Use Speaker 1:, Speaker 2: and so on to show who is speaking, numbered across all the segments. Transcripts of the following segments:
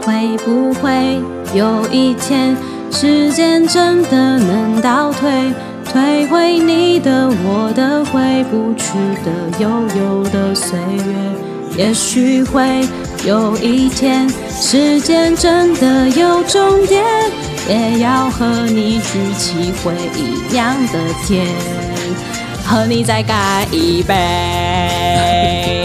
Speaker 1: 会不会有一天，时间真的能倒退，退回你的、我的、回不去的悠悠的岁月？也许会有一天，时间真的有终点，也要和你举起回忆酿的甜，和你再干一杯。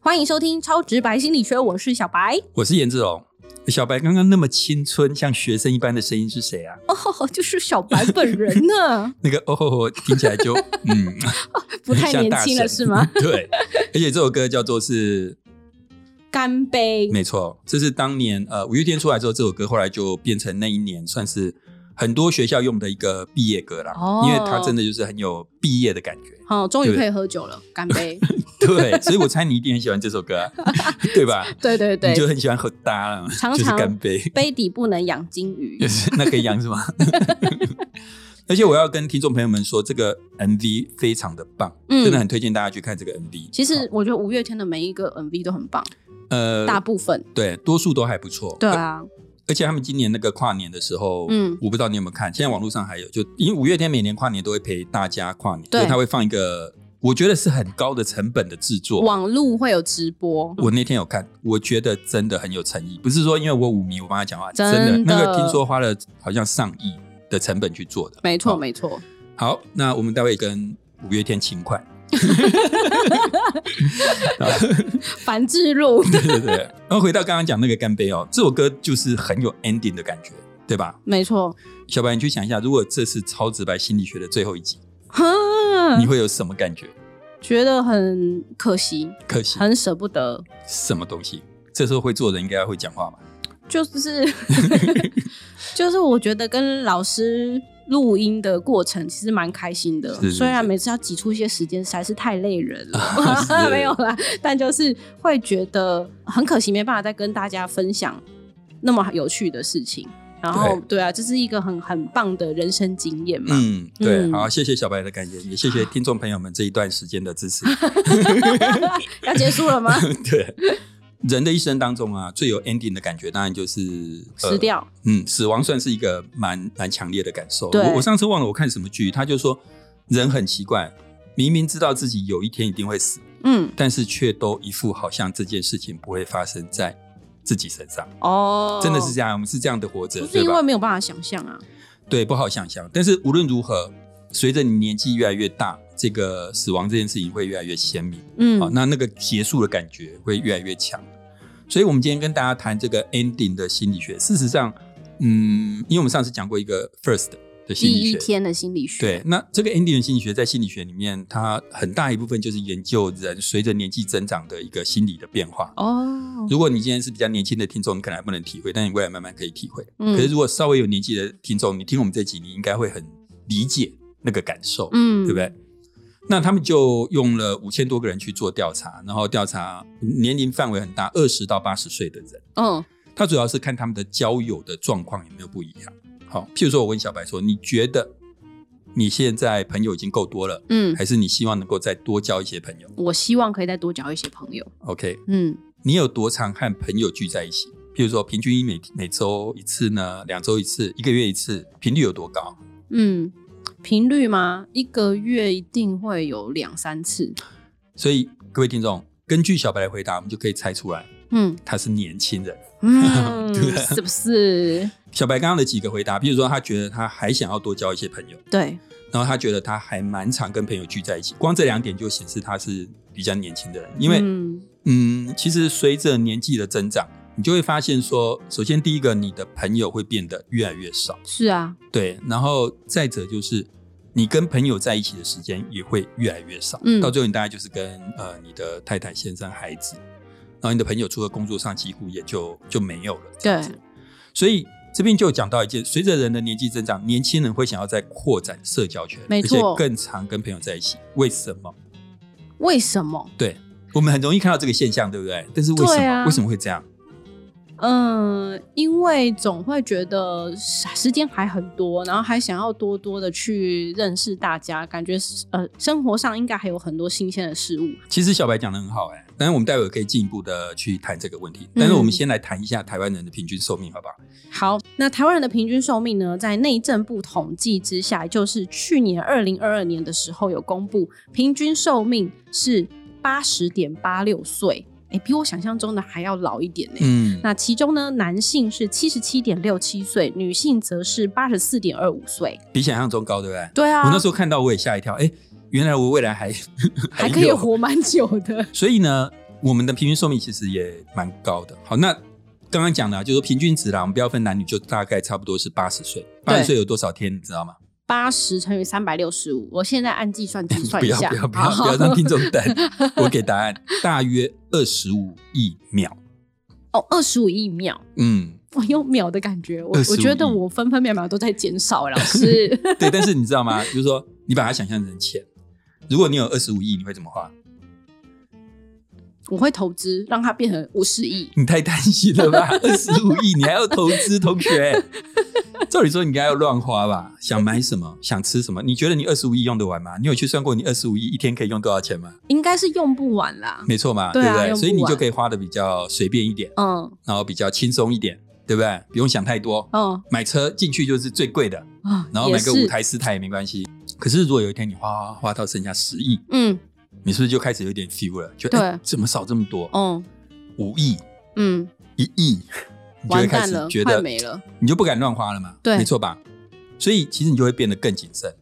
Speaker 2: 欢迎收听《超直白心理学》，我是小白。
Speaker 3: 我是颜志龙。小白刚刚那么青春，像学生一般的声音是谁啊？，
Speaker 2: 哦，就是小白本人呢
Speaker 3: 那个哦吼吼，听起来就嗯，？
Speaker 2: 不太年轻了是吗？
Speaker 3: 对，而且这首歌叫做是，
Speaker 2: 干杯！
Speaker 3: 没错，这是当年呃五月天出来之后，这首歌后来就变成那一年算是很多学校用的一个毕业歌啦，
Speaker 2: 哦
Speaker 3: 因为它真的就是很有毕业的感觉。
Speaker 2: 好、终于
Speaker 3: 对
Speaker 2: 可以喝酒了，干杯！
Speaker 3: 对，所以我猜你一定很喜欢这首歌、 啊，对吧？
Speaker 2: 对对对
Speaker 3: 你就很喜欢喝搭了，
Speaker 2: 常
Speaker 3: 就是
Speaker 2: 常
Speaker 3: 干杯。
Speaker 2: 杯底不能养金鱼
Speaker 3: 就。是那可以养是吗？ 而且我要跟听众朋友们说，这个 MV 非常的棒，
Speaker 2: 嗯
Speaker 3: 真的很推荐大家去看这个 MV。
Speaker 2: 其实我觉得五月天的每一个 MV 都很棒，
Speaker 3: 呃，
Speaker 2: 大部分
Speaker 3: 对多数都还不错。
Speaker 2: 对
Speaker 3: 而，
Speaker 2: 啊，
Speaker 3: 而且他们今年那个跨年的时候，
Speaker 2: 嗯
Speaker 3: 嗯，我不知道你有没有看，现在网络上还有，就因为五月天每年跨年都会陪大家跨年，
Speaker 2: 对
Speaker 3: 所以他会放一个，我觉得是很高的成本的制作。
Speaker 2: 网路会有直播，
Speaker 3: 我那天有看，我觉得真的很有诚意，不是说因为我舞迷我帮他讲话，
Speaker 2: 真
Speaker 3: 真
Speaker 2: 的
Speaker 3: 那个听说花了好像上亿的成本去做的，
Speaker 2: 没错
Speaker 3: 哦
Speaker 2: 没错。
Speaker 3: 好，那我们待会跟五月天勤快。
Speaker 2: 反制路
Speaker 3: 对对对。然后回到刚刚讲那个干杯哦，这首歌就是很有 ending 的感觉，对吧？
Speaker 2: 没错，
Speaker 3: 小白，你去想一下，如果这是超直白心理学的最后一集，
Speaker 2: 哈
Speaker 3: 你会有什么感觉？
Speaker 2: 觉得很可惜，
Speaker 3: 可惜
Speaker 2: 很舍不得，
Speaker 3: 什么东西？这时候会做人应该会讲话嘛？
Speaker 2: 就是 就是我觉得跟老师录音的过程其实蛮开心的，
Speaker 3: 是是是
Speaker 2: 虽然每次要挤出一些时间实在是太累人了，
Speaker 3: 是
Speaker 2: 没有啦，但就是会觉得很可惜，没办法再跟大家分享那么有趣的事情。然后，对啊，这是一个很很棒的人生经验嘛。
Speaker 3: 嗯，对。
Speaker 2: 嗯
Speaker 3: 好，谢谢小白的感言，也谢谢听众朋友们这一段时间的支持。
Speaker 2: 要结束 了吗？
Speaker 3: 呃对，人的一生当中啊，最有 ending 的感觉，当然就是、呃
Speaker 2: 死掉，
Speaker 3: 嗯，死亡算是一个蛮蛮强烈的感受。
Speaker 2: 对
Speaker 3: 我我上次忘了我看什么剧，他就说人很奇怪，明明知道自己有一天一定会死，
Speaker 2: 嗯，
Speaker 3: 但是却都一副好像这件事情不会发生在自己身上，
Speaker 2: 哦，
Speaker 3: 真的是这样，我们是这样的活着，
Speaker 2: 不是
Speaker 3: 对
Speaker 2: 因为
Speaker 3: 吧？
Speaker 2: 没有办法想象啊，
Speaker 3: 对，不好想象。但是无论如何，随着你年纪越来越大，这个死亡这件事情会越来越鲜明。
Speaker 2: 嗯
Speaker 3: 好、，那那个结束的感觉会越来越强。所以，我们今天跟大家谈这个 ending 的心理学。事实上，嗯，因为我们上次讲过一个 first 的
Speaker 2: 第
Speaker 3: 心理
Speaker 2: 一
Speaker 3: 学，
Speaker 2: 天的心理学，
Speaker 3: 对，，那这个 ending 的心理学在心理学里面，它很大一部分就是研究人随着年纪增长的一个心理的变化。
Speaker 2: 哦，
Speaker 3: 如果你今天是比较年轻的听众，你可能还不能体会，但你未来慢慢可以体会。
Speaker 2: 嗯
Speaker 3: 可是，如果稍微有年纪的听众，你听我们这集，你应该会很理解那个感受。
Speaker 2: 嗯，
Speaker 3: 对不对？那他们就用了五千多个人去做调查，然后调查年龄范围很大，二十到八十岁的人，
Speaker 2: 嗯，
Speaker 3: 他主要是看他们的交友的状况有没有不一样。好，譬如说我问小白说，你觉得你现在朋友已经够多了，
Speaker 2: 嗯，
Speaker 3: 还是你希望能够再多交一些朋友
Speaker 2: 我希望可以再多交一些朋友。
Speaker 3: ？OK，
Speaker 2: 嗯，
Speaker 3: 你有多常和朋友聚在一起？譬如说平均每每周一次呢，两周一次，一个月一次，频率有多高？
Speaker 2: 嗯，频率吗？一个月一定会有两三次。
Speaker 3: 所以各位听众，根据小白的回答，我们就可以猜出来
Speaker 2: 嗯
Speaker 3: 他是年轻人。
Speaker 2: 嗯
Speaker 3: 对，啊
Speaker 2: 是不是？
Speaker 3: 小白刚刚的几个回答，比如说他觉得他还想要多交一些朋友，
Speaker 2: 对，
Speaker 3: 然后他觉得他还蛮常跟朋友聚在一起，光这两点就显示他是比较年轻的人。因为，嗯
Speaker 2: 嗯
Speaker 3: 其实随着年纪的增长，你就会发现说，首先第一个，你的朋友会变得越来越少，
Speaker 2: 是啊，
Speaker 3: 对，然后再者就是。你跟朋友在一起的时间也会越来越少，
Speaker 2: 嗯
Speaker 3: 到最后你大概就是跟呃你的太太、先生、孩子，然后你的朋友除了工作上几乎也就就没有了。这样
Speaker 2: 对
Speaker 3: 子，所以这边就有讲到一件，随着人的年纪增长，年轻人会想要再扩展社交圈，
Speaker 2: 没错
Speaker 3: 而且更常跟朋友在一起。为什么？
Speaker 2: 为什么？
Speaker 3: 对，我们很容易看到这个现象，对不对？但是为什
Speaker 2: 对
Speaker 3: 么、
Speaker 2: 啊
Speaker 3: 为什么会这样？
Speaker 2: 嗯，因为总会觉得时时间还很多，然后还想要多多的去认识大家，感觉是呃生活上应该还有很多新鲜的事物。
Speaker 3: 其实小白讲的很好哎、当然我们待会可以进一步的去谈这个问题。
Speaker 2: 嗯
Speaker 3: 但是我们先来谈一下台湾人的平均寿命，好不好？
Speaker 2: 好，那台湾人的平均寿命呢，在内政部统计之下，就是去年二零二二年的时候有公布，平均寿命是八十点八六岁，哎，比我想象中的还要老一点呢、
Speaker 3: 嗯，
Speaker 2: 那其中呢，男性是七十七点六七岁，女性则是八十四点二五岁。
Speaker 3: 比想象中高，对不对？
Speaker 2: 对啊，
Speaker 3: 我那时候看到我也吓一跳，哎、原来我未来还
Speaker 2: 还可以
Speaker 3: 有
Speaker 2: 活蛮久的。
Speaker 3: 所以呢，我们的平均寿命其实也蛮高的。好，那刚刚讲的、啊、就是平均值啦，我们不要分男女，就大概差不多是八十岁。八十岁有多少天，你知道吗？
Speaker 2: 八十乘以三百六十五，我现在按计算机算
Speaker 3: 不
Speaker 2: 一
Speaker 3: 要
Speaker 2: 下，
Speaker 3: 不要不要不 要让听众等，我给答案，大约二十五亿秒。
Speaker 2: 哦，二十五亿秒，
Speaker 3: 嗯，
Speaker 2: 我有秒的感觉，我
Speaker 3: 25
Speaker 2: 我觉得
Speaker 3: 亿
Speaker 2: 我分分秒秒都在减少，老 师。
Speaker 3: 对。但是你知道吗？就是说，你把它想象成钱，如果你有二十五亿，你会怎么花？
Speaker 2: 我会投资让它变成五十亿，
Speaker 3: 你太贪心 了吧！二十五亿，你还要投资，同学。照理说你应该要乱花吧？想买什么，想吃什么？你觉得你二十五亿用得完吗？你有去算过你二十五亿一天可以用多少钱吗？
Speaker 2: 应该是用不完啦。
Speaker 3: 没错嘛，
Speaker 2: 嗯对啊
Speaker 3: 不对？
Speaker 2: 用不
Speaker 3: 所以你就
Speaker 2: 完
Speaker 3: 可以花的比较随便一点，
Speaker 2: 嗯
Speaker 3: 然后比较轻松一点，对不对？不用想太多。
Speaker 2: 嗯
Speaker 3: 买车进去就是最贵的，
Speaker 2: 啊，
Speaker 3: 然后买
Speaker 2: 也
Speaker 3: 个
Speaker 2: 是
Speaker 3: 五台四台也没关系。可是如果有一天你花花花到剩下十亿，
Speaker 2: 嗯
Speaker 3: 你是不是就开始有点 feel 了？就
Speaker 2: 对
Speaker 3: 哎怎么少这么多？
Speaker 2: 嗯
Speaker 3: 五亿、
Speaker 2: 嗯，
Speaker 3: 一亿，你就会
Speaker 2: 完
Speaker 3: 开
Speaker 2: 蛋
Speaker 3: 始
Speaker 2: 了，
Speaker 3: 觉
Speaker 2: 快
Speaker 3: 得
Speaker 2: 没了。
Speaker 3: 你就不敢乱花了嘛，
Speaker 2: 对
Speaker 3: 没错吧？所以其实你就会变得更谨慎。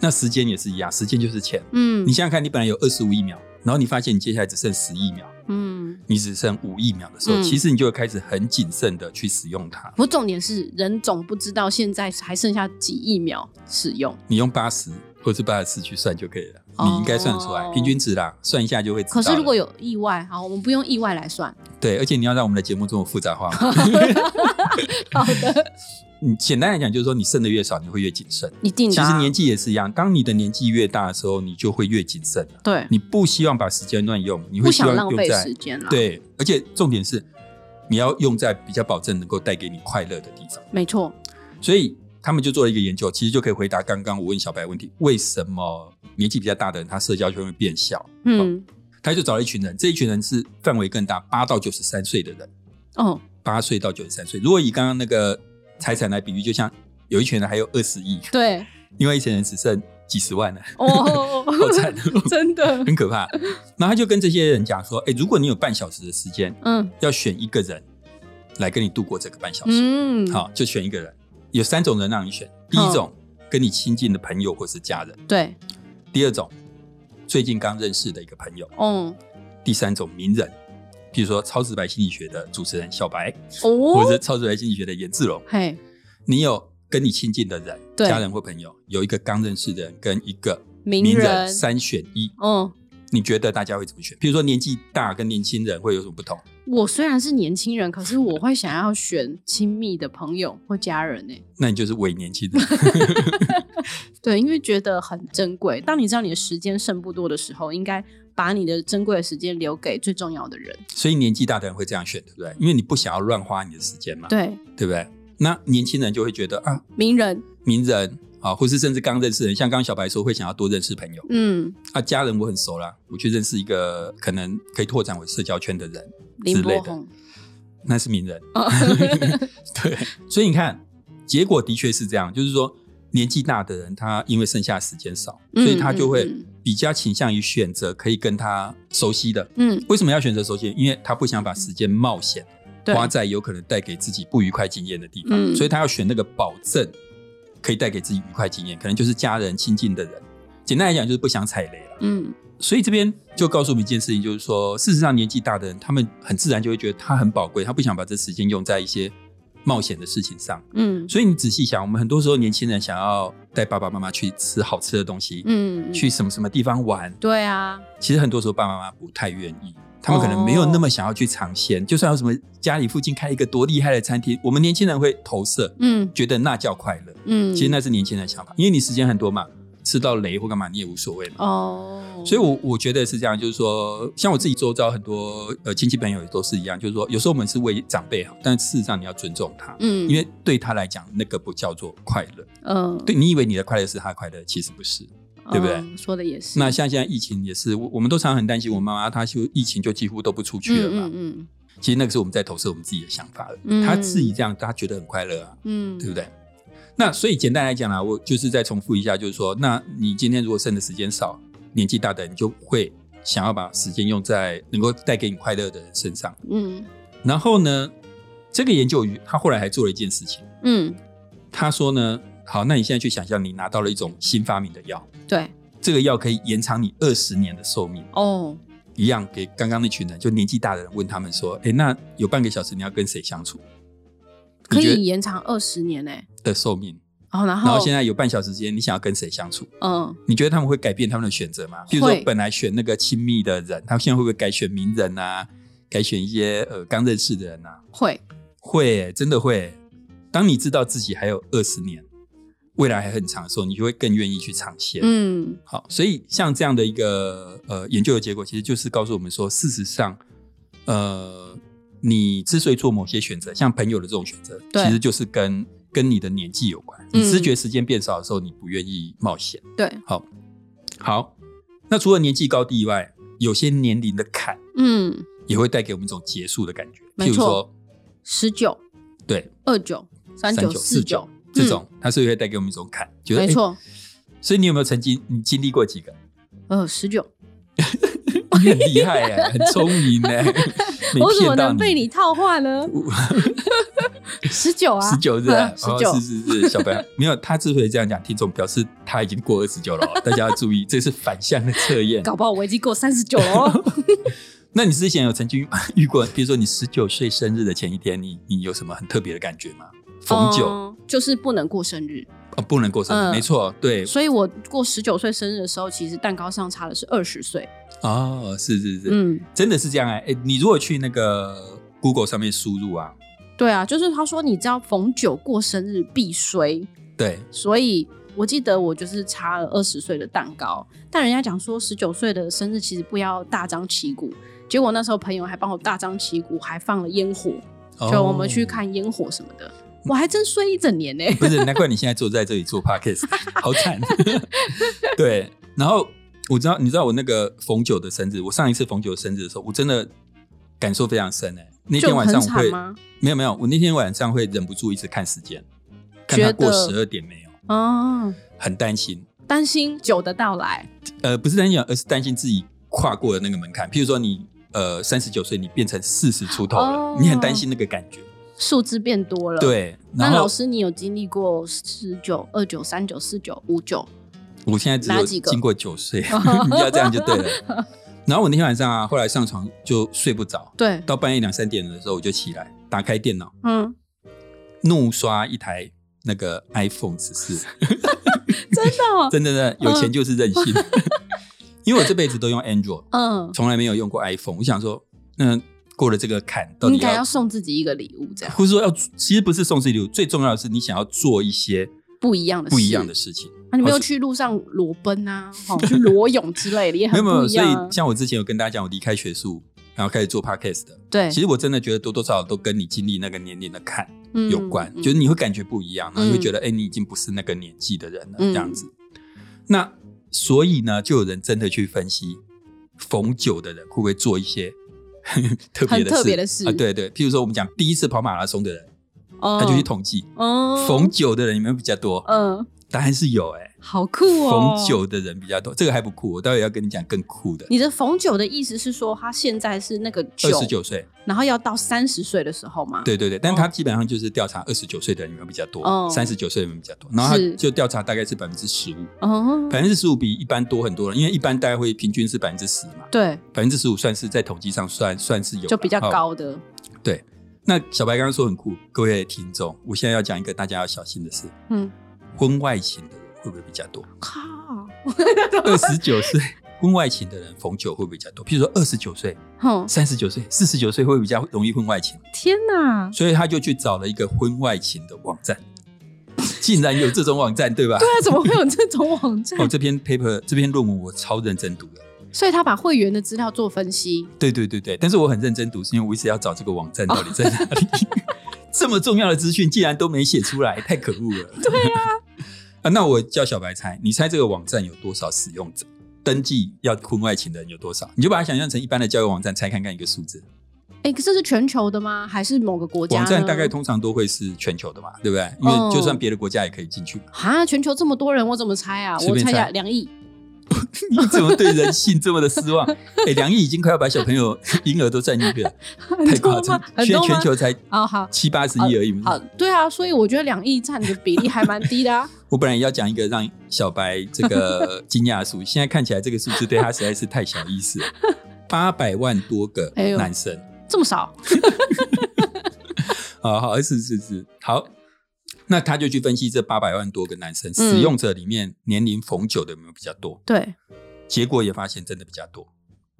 Speaker 3: 那时间也是一样，时间就是钱。
Speaker 2: 嗯
Speaker 3: 你想想看，你本来有二十五亿秒，然后你发现你接下来只剩十亿秒，
Speaker 2: 嗯，
Speaker 3: 你只剩五亿秒的时候，
Speaker 2: 嗯
Speaker 3: 其实你就会开始很谨慎的去使用它。
Speaker 2: 不过重点是人总不知道现在还剩下几亿秒使用，
Speaker 3: 你用八十或是八十四去算就可以了，
Speaker 2: 哦
Speaker 3: 你应该算得出来平均值啦，算一下就会知道
Speaker 2: 可
Speaker 3: 了。
Speaker 2: 是如果有意外，好，我们不用意外来 算。
Speaker 3: 对，而且你要让我们的节目这么复杂化吗，
Speaker 2: 好的，
Speaker 3: 你简单来讲就是说，你剩的越少， 你会越谨慎。
Speaker 2: 一定
Speaker 3: 其
Speaker 2: 的啊。
Speaker 3: 实年纪也是一样，当你的年纪越大的时候，你就会越谨慎了。
Speaker 2: 对，
Speaker 3: 你不希望把时间乱用，你会
Speaker 2: 不
Speaker 3: 希
Speaker 2: 想
Speaker 3: 望
Speaker 2: 浪
Speaker 3: 用
Speaker 2: 费
Speaker 3: 在
Speaker 2: 时间了。，
Speaker 3: 对，而且重点是你要用在比较保证能够带给你快乐的地方。
Speaker 2: 没错。
Speaker 3: 所以他们就做了一个研究，其实就可以回答刚刚我问小白的问题：为什么年纪比较大的人他社交圈会变小？
Speaker 2: 嗯，
Speaker 3: 他就找了一群人，这一群人是范围更大，八到九十三岁的人，
Speaker 2: 哦，
Speaker 3: 八岁到九十三岁。如果以刚刚那个财产来比喻，就像有一群人还有二十亿，
Speaker 2: 对，
Speaker 3: 另外一群人只剩几十万了，
Speaker 2: 哦，
Speaker 3: 好惨哦
Speaker 2: 真的，
Speaker 3: 很可怕。然后他就跟这些人讲说：“哎，如果你有半小时的时间，
Speaker 2: 嗯
Speaker 3: 要选一个人来跟你度过这个半小时，
Speaker 2: 嗯，，
Speaker 3: 好，就选一个人。有三种人让你选，第一种跟你亲近的朋友或是家人，
Speaker 2: 对，
Speaker 3: 第二种最近刚认识的一个朋友，
Speaker 2: 哦，
Speaker 3: 第三种名人，比如说超直白心理学的主持人小白，或者
Speaker 2: 哦，
Speaker 3: 是超直白心理学的颜志龙。
Speaker 2: 嘿，
Speaker 3: 你有跟你亲近的人，
Speaker 2: 对
Speaker 3: 家人或朋友，有一个刚认识的人跟一个
Speaker 2: 名
Speaker 3: 名人，
Speaker 2: 人
Speaker 3: 三选一，
Speaker 2: 哦，
Speaker 3: 你觉得大家会怎么选？比如说年纪大跟年轻人会有什么不同？
Speaker 2: 我虽然是年轻人，可是我会想要选亲密的朋友或家人呢、
Speaker 3: 那你就是伪年轻 人。
Speaker 2: 对，因为觉得很珍贵。当你知道你的时间剩不多的时候，应该把你的珍贵的时间留给最重要的人。
Speaker 3: 所以年纪大的人会这样选，对不对？因为你不想要乱花你的时间嘛，
Speaker 2: 对，
Speaker 3: 对不对？那年轻人就会觉得啊，
Speaker 2: 名人，
Speaker 3: 名人啊，或是甚至刚认识的人，像刚刚小白说，会想要多认识朋友
Speaker 2: 嗯，
Speaker 3: 啊，家人我很熟啦，我去认识一个可能可以拓展我社交圈的人，
Speaker 2: 林
Speaker 3: 之类
Speaker 2: 柏
Speaker 3: 的
Speaker 2: 宏，
Speaker 3: 那是名人。
Speaker 2: 哦
Speaker 3: 对，所以你看，结果的确是这样，就是说年纪大的人，他因为剩下的时间少，所
Speaker 2: 嗯
Speaker 3: 以他就会
Speaker 2: 嗯嗯
Speaker 3: 比较倾向于选择可以跟他熟悉的。
Speaker 2: 嗯，
Speaker 3: 为什么要选择熟悉的？因为他不想把时间冒险
Speaker 2: 对，
Speaker 3: 花在有可能带给自己不愉快经验的地方，
Speaker 2: 嗯
Speaker 3: 所以他要选那个保证可以带给自己愉快经验，可能就是家人亲近的人。简单来讲，就是不想踩雷了。
Speaker 2: 嗯，
Speaker 3: 所以这边就告诉我们一件事情，就是说，事实上年纪大的人，他们很自然就会觉得他很宝贵，他不想把这时间用在一些冒险的事情上。
Speaker 2: 嗯，
Speaker 3: 所以你仔细想，我们很多时候年轻人想要带爸爸妈妈去吃好吃的东西，
Speaker 2: 嗯，嗯
Speaker 3: 去，什么什么地方玩，
Speaker 2: 对啊，
Speaker 3: 其实很多时候爸爸妈妈不太愿意，他们可能没
Speaker 2: 哦
Speaker 3: 有那么想要去尝鲜。就算有什么家里附近开一个多厉害的餐厅，我们年轻人会投射，
Speaker 2: 嗯
Speaker 3: 觉得那叫快乐。
Speaker 2: 嗯，
Speaker 3: 其实那是年轻人的想法，因为你时间很多嘛，吃到雷或干嘛，你也无所谓嘛。
Speaker 2: 哦，
Speaker 3: 所以
Speaker 2: 以
Speaker 3: 我，我觉得是这样，就是说，像我自己周遭很多呃亲戚朋友也都是一样，就是说，有时候我们是为长辈好，但事实上你要尊重他，
Speaker 2: 嗯
Speaker 3: 因为对他来讲，那个不叫做快乐。
Speaker 2: 嗯，
Speaker 3: 对你以为你的快乐是他的快乐，其实不是。对不对
Speaker 2: 嗯说的也是。
Speaker 3: 那像现在疫情也是，我我们都常很担心，我妈妈她就疫情就几乎都不出去了嘛。
Speaker 2: 嗯嗯
Speaker 3: 其实那个是我们在投射我们自己的想法了。
Speaker 2: 嗯
Speaker 3: 她自己这样，她觉得很快乐啊，
Speaker 2: 嗯，
Speaker 3: 对不对？那所以简单来讲啦，我就是再重复一下，就是说，那你今天如果剩的时间少，年纪大的你就会想要把时间用在能够带给你快乐的人身上。
Speaker 2: 嗯
Speaker 3: 然后呢，这个研究员他后来还做了一件事情，
Speaker 2: 嗯，
Speaker 3: 他说呢，好，那你现在去想象你拿到了一种新发明的药，
Speaker 2: 对
Speaker 3: 这个药可以延长你二十年的寿命。
Speaker 2: 哦，
Speaker 3: 一样给刚刚那群人，就年纪大的人问他们说：“哎、那有半个小时你要跟谁相处？”
Speaker 2: 可
Speaker 3: 你觉
Speaker 2: 以
Speaker 3: 得
Speaker 2: 延长二十年呢。
Speaker 3: 的寿命，
Speaker 2: 哦，然
Speaker 3: 然
Speaker 2: 后
Speaker 3: 后现在有半小时时间，你想要跟谁相处？
Speaker 2: 嗯
Speaker 3: 你觉得他们会改变他们的选择吗？比如
Speaker 2: 会
Speaker 3: 说本来选那个亲密的人，他现在会不会改选名人啊？改选一些呃刚认识的人啊？
Speaker 2: 会
Speaker 3: 会耶，真的会耶。当你知道自己还有二十年，未来还很长的时候，你就会更愿意去尝鲜。
Speaker 2: 嗯
Speaker 3: 好，所以像这样的一个呃研究的结果，其实就是告诉我们说，事实上，呃，你之所以做某些选择，像朋友的这种选择，
Speaker 2: 对
Speaker 3: 其实就是跟跟你的年纪有关。
Speaker 2: 嗯
Speaker 3: 你知觉时间变少的时候，你不愿意冒险。
Speaker 2: 对
Speaker 3: 好，好，那除了年纪高低以外，有些年龄的坎
Speaker 2: 嗯
Speaker 3: 也会带给我们一种结束的感觉，
Speaker 2: 没
Speaker 3: 譬如
Speaker 2: 错
Speaker 3: 说，
Speaker 2: 十九
Speaker 3: 对，
Speaker 2: 二九三九
Speaker 3: 39
Speaker 2: 四九
Speaker 3: 49这种，它是会带给我们一种坎，觉
Speaker 2: 嗯
Speaker 3: 得
Speaker 2: 没。
Speaker 3: 诶
Speaker 2: 错
Speaker 3: 所以你有没有曾经你经历过几个？
Speaker 2: 呃十九，
Speaker 3: 你很厉害哎、很聪明 哎、没
Speaker 2: 我怎么
Speaker 3: 骗到
Speaker 2: 能被你套话 呢？十九啊，？
Speaker 3: 十九是吧
Speaker 2: 十九
Speaker 3: 哦是是是，小 白没有他之所以这样讲，听众表示他已经过二十九了哦，大家要注意，这是反向的测验。
Speaker 2: 搞不好我已经过三十九了哦。
Speaker 3: 那你之前有曾经遇过，比如说你十九岁生日的前一天，你你有什么很特别的感觉吗？ 逢九、
Speaker 2: 嗯就是不能过生日，
Speaker 3: 哦不能过生日，
Speaker 2: 嗯
Speaker 3: 没错，对
Speaker 2: 所以我过十九岁生日的时候，其实蛋糕上差的是二十岁。
Speaker 3: 哦，是是是，
Speaker 2: 嗯，
Speaker 3: 真的是这样哎、哎，你如果去那个 Google 上面输入啊，
Speaker 2: 对啊，就是他说你只要逢九过生日必衰，
Speaker 3: 对，
Speaker 2: 所以我记得我就是差了二十岁的蛋糕，但人家讲说十九岁的生日其实不要大张旗鼓，结果那时候朋友还帮我大张旗鼓，还放了烟火，就我们去
Speaker 3: 哦
Speaker 2: 看烟火什么的，我还真睡一整年呢、
Speaker 3: 不是，难怪你现在坐在这里 做 podcast，好惨。 对，然后我知道，你知道我那个逢九的生日，我上一次逢九的生日的时候，我真的感受非常深哎、那
Speaker 2: 就
Speaker 3: 天晚
Speaker 2: 很
Speaker 3: 上我
Speaker 2: 惨
Speaker 3: 会
Speaker 2: 吗？
Speaker 3: 没有没有，我那天晚上会忍不住一直看时间，看它过
Speaker 2: 觉
Speaker 3: 十
Speaker 2: 得
Speaker 3: 二点没有，
Speaker 2: 啊，
Speaker 3: 很担心。
Speaker 2: 担心酒的到来，
Speaker 3: 呃，不是担心，而是担心自己跨过了那个门槛。譬如说你呃三十九岁，你变成四十出头了，
Speaker 2: 哦
Speaker 3: 你很担心那个感觉。
Speaker 2: 数字变多了。。
Speaker 3: 对，然
Speaker 2: 那
Speaker 3: 后
Speaker 2: 老师，你有经历过十九、二九、三九、四九、五九？
Speaker 3: 我现在只
Speaker 2: 哪
Speaker 3: 有
Speaker 2: 几个
Speaker 3: 经过九 岁，你不要这样就对了。然后我那天晚上啊，后来上床就睡不着，
Speaker 2: 对，
Speaker 3: 到半夜两三点的时候我就起来，打开电脑，
Speaker 2: 嗯，
Speaker 3: 怒刷一台那个 iPhone 十四，
Speaker 2: 真的哦、
Speaker 3: 真的呢，有钱就是 任性。因为我这辈子都用 Android，
Speaker 2: 嗯，
Speaker 3: 从来没有用过 iPhone。我想说，嗯，过了这个坎，到底
Speaker 2: 应该
Speaker 3: 要
Speaker 2: 要，送自己一个礼物，这样
Speaker 3: 或者说要，其实不是送自己礼物，最重要的是你想要做一些
Speaker 2: 不一样的事
Speaker 3: 不一样的事情。
Speaker 2: 啊，你没有去路上裸奔啊， 哦，去裸泳之类的，也
Speaker 3: 没
Speaker 2: 很
Speaker 3: 有没
Speaker 2: 不
Speaker 3: 有，
Speaker 2: 一
Speaker 3: 所
Speaker 2: 样啊
Speaker 3: 以。像我之前有跟大家讲，我离开学术，然后开始做 podcast 的，
Speaker 2: 对，
Speaker 3: 其实我真的觉得多多少少都跟你经历那个年龄的坎
Speaker 2: 嗯
Speaker 3: 有关，
Speaker 2: 嗯
Speaker 3: 就是你会感觉不一样，然后你会
Speaker 2: 嗯
Speaker 3: 觉得，哎、你已经不是那个年纪的人了，
Speaker 2: 嗯
Speaker 3: 这样子。那所以呢，就有人真的去分析逢九的人会不会做一些 特别
Speaker 2: 很
Speaker 3: 的事，
Speaker 2: 特别的事
Speaker 3: 啊？对对，譬如说我们讲第一次跑马拉松的人，
Speaker 2: 哦
Speaker 3: 他就去统计、
Speaker 2: 哦
Speaker 3: 逢九的人有没有比较多？
Speaker 2: 嗯，
Speaker 3: 答案是有、哎、
Speaker 2: 好酷哦，
Speaker 3: 逢。九的人比较多，这个还不酷，我待会要跟你讲更酷的。
Speaker 2: 你的逢九的意思是说，他现在是那个
Speaker 3: 二
Speaker 2: 九，
Speaker 3: 十九岁，
Speaker 2: 然后要到三十岁的时候吗？，
Speaker 3: 对对对，但他基本上就是调查二十九岁的人有没有比较
Speaker 2: 哦
Speaker 3: 多，三十九岁的人有没有比较多，然后
Speaker 2: 是
Speaker 3: 他就调查大概是百分之十五，
Speaker 2: 哦，
Speaker 3: 百分之十五比一般多很多了，因为一般大概会平均是百分之十嘛，
Speaker 2: 对，
Speaker 3: 百分之十五算是在统计上算算是有啦
Speaker 2: 就比较。
Speaker 3: 哦
Speaker 2: 高的，
Speaker 3: 对，那小白刚刚说很酷，各位听众，我现在要讲一个大家要小心的事，
Speaker 2: 嗯，
Speaker 3: 婚外情的人会不会比较 多？
Speaker 2: 靠，
Speaker 3: 二十九岁婚外情的人逢九会不会比较多？譬如说二十九岁、
Speaker 2: 哼，
Speaker 3: 三十九岁、四十九岁会不会比较容易婚外情？
Speaker 2: 天哪，
Speaker 3: 所以他就去找了一个婚外情的网站， 竟然有这种网站，对吧？
Speaker 2: 对啊，怎么会有这种网站
Speaker 3: 哦，？这篇 paper 这篇论文我超认真读的，
Speaker 2: 所以他把会员的资料做分析，
Speaker 3: 对对对对，但是我很认真读，是因为我一直要找这个网站到底在哪里。 这么重要的资讯竟然都没写出来，太可恶了。对啊， 啊，那我叫小白猜，你猜这个网站有多少使用者？登记要婚外情的人有多少？你就把它想象成一般的交友网站，猜看看一个数字。
Speaker 2: 哎，可是是全球的吗？还是某个国家呢？
Speaker 3: 网站大概通常都会是全球的嘛，对不对？因
Speaker 2: 哦
Speaker 3: 为就算别的国家也可以进去嘛。
Speaker 2: 啊，全球这么多人，我怎么猜啊？
Speaker 3: 随
Speaker 2: 我
Speaker 3: 便
Speaker 2: 猜一下
Speaker 3: 猜
Speaker 2: 两 亿，
Speaker 3: 你怎么对人性这么的失望？哎、梁毅已经快要把小朋友婴儿都占进去了，太
Speaker 2: 很
Speaker 3: 夸
Speaker 2: 多
Speaker 3: 张
Speaker 2: 吗？！很
Speaker 3: 现在
Speaker 2: 多吗
Speaker 3: 全？球才
Speaker 2: 哦，好
Speaker 3: 七八十亿而已嘛。
Speaker 2: 好，对啊，所以我觉得两亿占的比例还蛮低的啊。
Speaker 3: 我本来要讲一个让小白这 个惊讶的数，现在看起来这个数字对他实在是太小 意思了。八百万多个
Speaker 2: 哎呦
Speaker 3: 男生
Speaker 2: 这么少，
Speaker 3: 啊、好，是是是，好，那他就去分析这八百万多个男
Speaker 2: 嗯
Speaker 3: 生、使用者里面年龄逢九的有没有比较多？
Speaker 2: 对，
Speaker 3: 结果也发现真的比较多，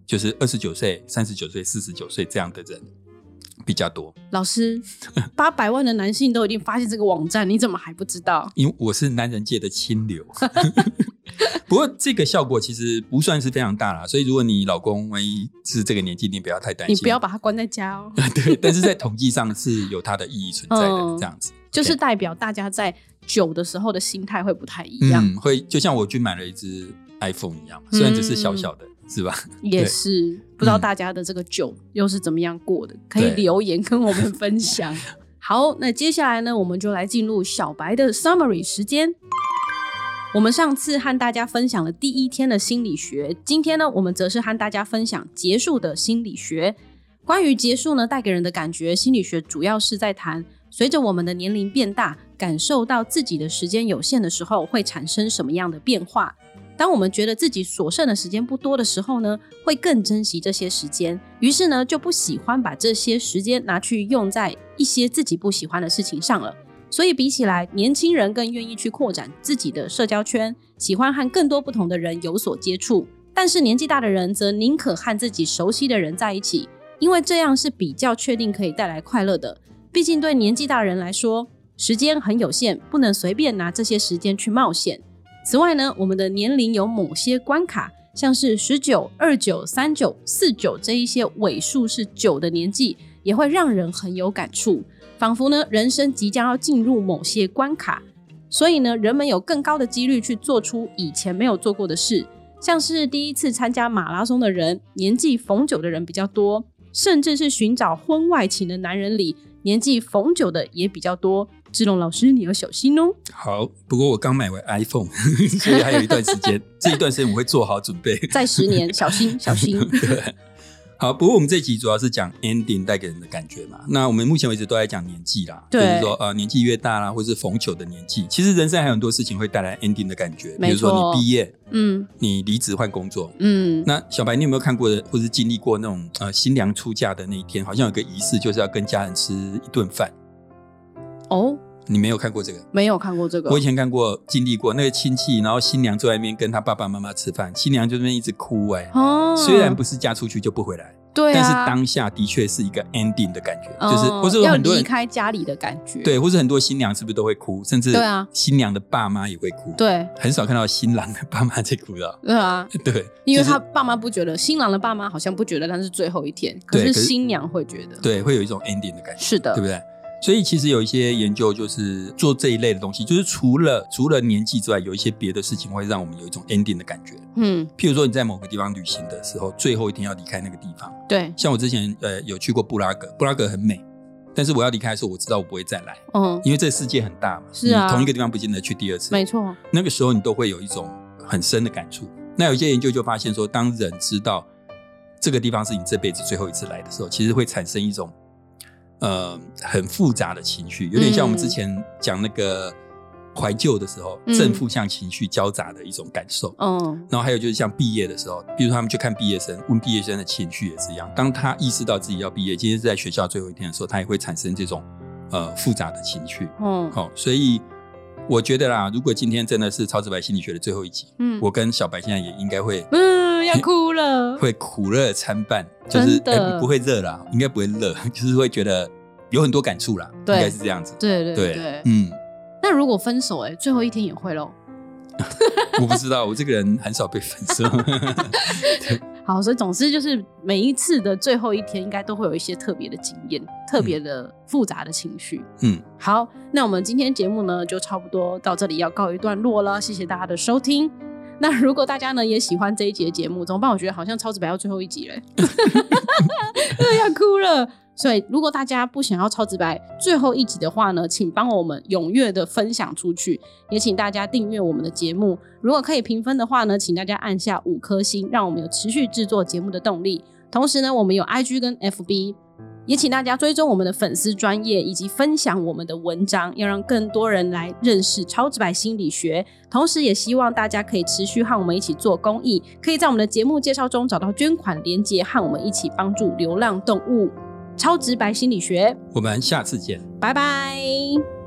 Speaker 3: 就是二十九岁、三十九岁、四十九岁这样的人比较多。
Speaker 2: 老 师，八百万的男性都已经发现这个网站，你怎么还不知道？
Speaker 3: 因为我是男人界的清流。 不过这个效果其实不算是非常大啦，所以如果你老公万一是这个年纪，你不要太担
Speaker 2: 你
Speaker 3: 心。
Speaker 2: 不要把他关在家哦，
Speaker 3: 对，但是在统计上是有它的意义存在的，
Speaker 2: 嗯
Speaker 3: 这样子
Speaker 2: 就是代表大家在久的时候的心态会不太一样，
Speaker 3: 嗯，会就像我去买了一只 iPhone 一样嘛，虽然只是小小的，
Speaker 2: 嗯
Speaker 3: 是吧？
Speaker 2: 也
Speaker 3: 对
Speaker 2: 是不知道大家的这个久又是怎么样过的，可以
Speaker 3: 对
Speaker 2: 留言跟我们分享。 好，那接下来呢，我们就来进入小白的 summary 时间。我们上次和大家分享了第一天的心理学，今天呢，我们则是和大家分享结束的心理学。关于结束呢，带给人的感觉，心理学主要是在谈，随着我们的年龄变大，感受到自己的时间有限的时候，会产生什么样的变化。当我们觉得自己所剩的时间不多的时候呢，会更珍惜这些时间，于是呢，就不喜欢把这些时间拿去用在一些自己不喜欢的事情上了。所以比起来，年轻人更愿意去扩展自己的社交圈，喜欢和更多不同的人有所接触。但是年纪大的人则宁可和自己熟悉的人在一起，因为这样是比较确定可以带来快乐的。毕竟对年纪大人来说，时间很有限，不能随便拿这些时间去冒险。此外呢，我们的年龄有某些关卡，像是十九、二九、三九、四九这一些尾数是九的年纪，也会让人很有感触，仿佛呢人生即将要进入某些关卡。所以呢，人们有更高的几率去做出以前没有做过的事，像是第一次参加马拉松的人，年纪逢九的人比较多，甚至是寻找婚外情的男人里，年纪逢九的也比较多。志龙老师，你要小心哦。
Speaker 3: 好，不过我刚买完 iPhone，所 以还有一段 时间，这一段时间我会做好准备。
Speaker 2: 在十年，小心小心。
Speaker 3: 对，好，不过我们这集主要是讲 ending 带给人的感觉嘛。那我们目前为止都在讲年纪啦，
Speaker 2: 对
Speaker 3: 就是说呃年纪越大啦，或是逢九的年纪，其实人生还有很多事情会带来 ending 的感觉，比
Speaker 2: 没
Speaker 3: 如
Speaker 2: 错
Speaker 3: 说你毕业，
Speaker 2: 嗯
Speaker 3: 你离职换工作。
Speaker 2: 嗯，
Speaker 3: 那小白，你有没有看过的，或是经历过那种呃新娘出嫁的那一天，好像有个仪式，就是要跟家人吃一顿饭？
Speaker 2: 哦，
Speaker 3: 你没有看过这个？
Speaker 2: 没有看过这个。
Speaker 3: 我以前看过，经历过那个亲戚，然后新娘坐在那边跟她爸爸妈妈吃饭，新娘就在那边一直哭哎、
Speaker 2: 哦，
Speaker 3: 虽然不是嫁出去就不回来，
Speaker 2: 对、啊，
Speaker 3: 但是当下的确是一个 ending 的感觉，
Speaker 2: 哦
Speaker 3: 就是或者
Speaker 2: 要
Speaker 3: 很多
Speaker 2: 离
Speaker 3: 人
Speaker 2: 开家里的感觉。
Speaker 3: 对，或是很多新娘是不是都会哭，甚至
Speaker 2: 对啊
Speaker 3: 新娘的爸妈也会哭，，
Speaker 2: 对
Speaker 3: 很少看到新郎的爸妈在哭的，
Speaker 2: 对啊，
Speaker 3: 对，
Speaker 2: 因为
Speaker 3: 就是
Speaker 2: 他爸妈不觉得，新郎的爸妈好像不觉得，但是最后一天，可
Speaker 3: 对
Speaker 2: 是
Speaker 3: 可是
Speaker 2: 新娘会觉得。
Speaker 3: 对会有一种 ending 的感觉，
Speaker 2: 是的，
Speaker 3: 对不对？所以其实有一些研究就是做这一类的东西，就是除了除了年纪之外，有一些别的事情会让我们有一种 ending 的感觉。
Speaker 2: 嗯，
Speaker 3: 譬如说你在某个地方旅行的时候，最后一天要离开那个地方，
Speaker 2: 对，
Speaker 3: 像我之前呃有去过布拉格，布拉格很美，但是我要离开的时候，我知道我不会再来。
Speaker 2: 嗯，
Speaker 3: 因为这世界很大嘛，
Speaker 2: 是啊
Speaker 3: 你同一个地方不见得去第二次，
Speaker 2: 没错，
Speaker 3: 那个时候你都会有一种很深的感触。那有些研究就发现说，当人知道这个地方是你这辈子最后一次来的时候，其实会产生一种呃很复杂的情绪，有点像我们之前讲那个怀旧的时候，
Speaker 2: 嗯
Speaker 3: 正负向情绪交杂的一种感受。
Speaker 2: 嗯，
Speaker 3: 然后还有就是像毕业的时候，比如说他们去看毕业生，问毕业生的情绪也是一样。当他意识到自己要毕业，今天是在学校最后一天的时候，他也会产生这种呃复杂的情绪。
Speaker 2: 嗯，
Speaker 3: 好、所以我觉得啦，如果今天真的是超直白心理学的最后一集，
Speaker 2: 嗯，
Speaker 3: 我跟小白现在也应该会
Speaker 2: 嗯要哭了，
Speaker 3: 会苦乐参半，就是
Speaker 2: 真的
Speaker 3: 哎不会热 啦，应该不会热，就是会觉得有很多感触啦，应
Speaker 2: 对
Speaker 3: 该是这样子。
Speaker 2: 对对
Speaker 3: 嗯，
Speaker 2: 那那如果分手、欸，哎，最后一天也会喽。
Speaker 3: 我不知道，我这个人很少被 分手。
Speaker 2: 好，所以总之就是每一次的最后一天，应该都会有一些特别的经验，特别的复杂的情绪。
Speaker 3: 嗯，
Speaker 2: 好，那我们今天节目呢就差不多到这里要告一段落了，谢谢大家的收听。那如果大家呢也喜欢这一节节目，怎么办？我觉得好像超直白到最后一集嘞，真的要哭了。所以如果大家不想要超直白最后一集的话呢，请帮我们踊跃的分享出去，也请大家订阅我们的节目。如果可以评分的话呢，请大家按下五颗星，让我们有持续制作节目的动力。同时呢，我们有 IG 跟 FB，也请大家追踪我们的粉丝专业，以及分享我们的文章，要让更多人来认识超直白心理学。同时，也希望大家可以持续和我们一起做公益，可以在我们的节目介绍中找到捐款连接，和我们一起帮助流浪动物。超直白心理学，
Speaker 3: 我们下次见。
Speaker 2: 拜拜。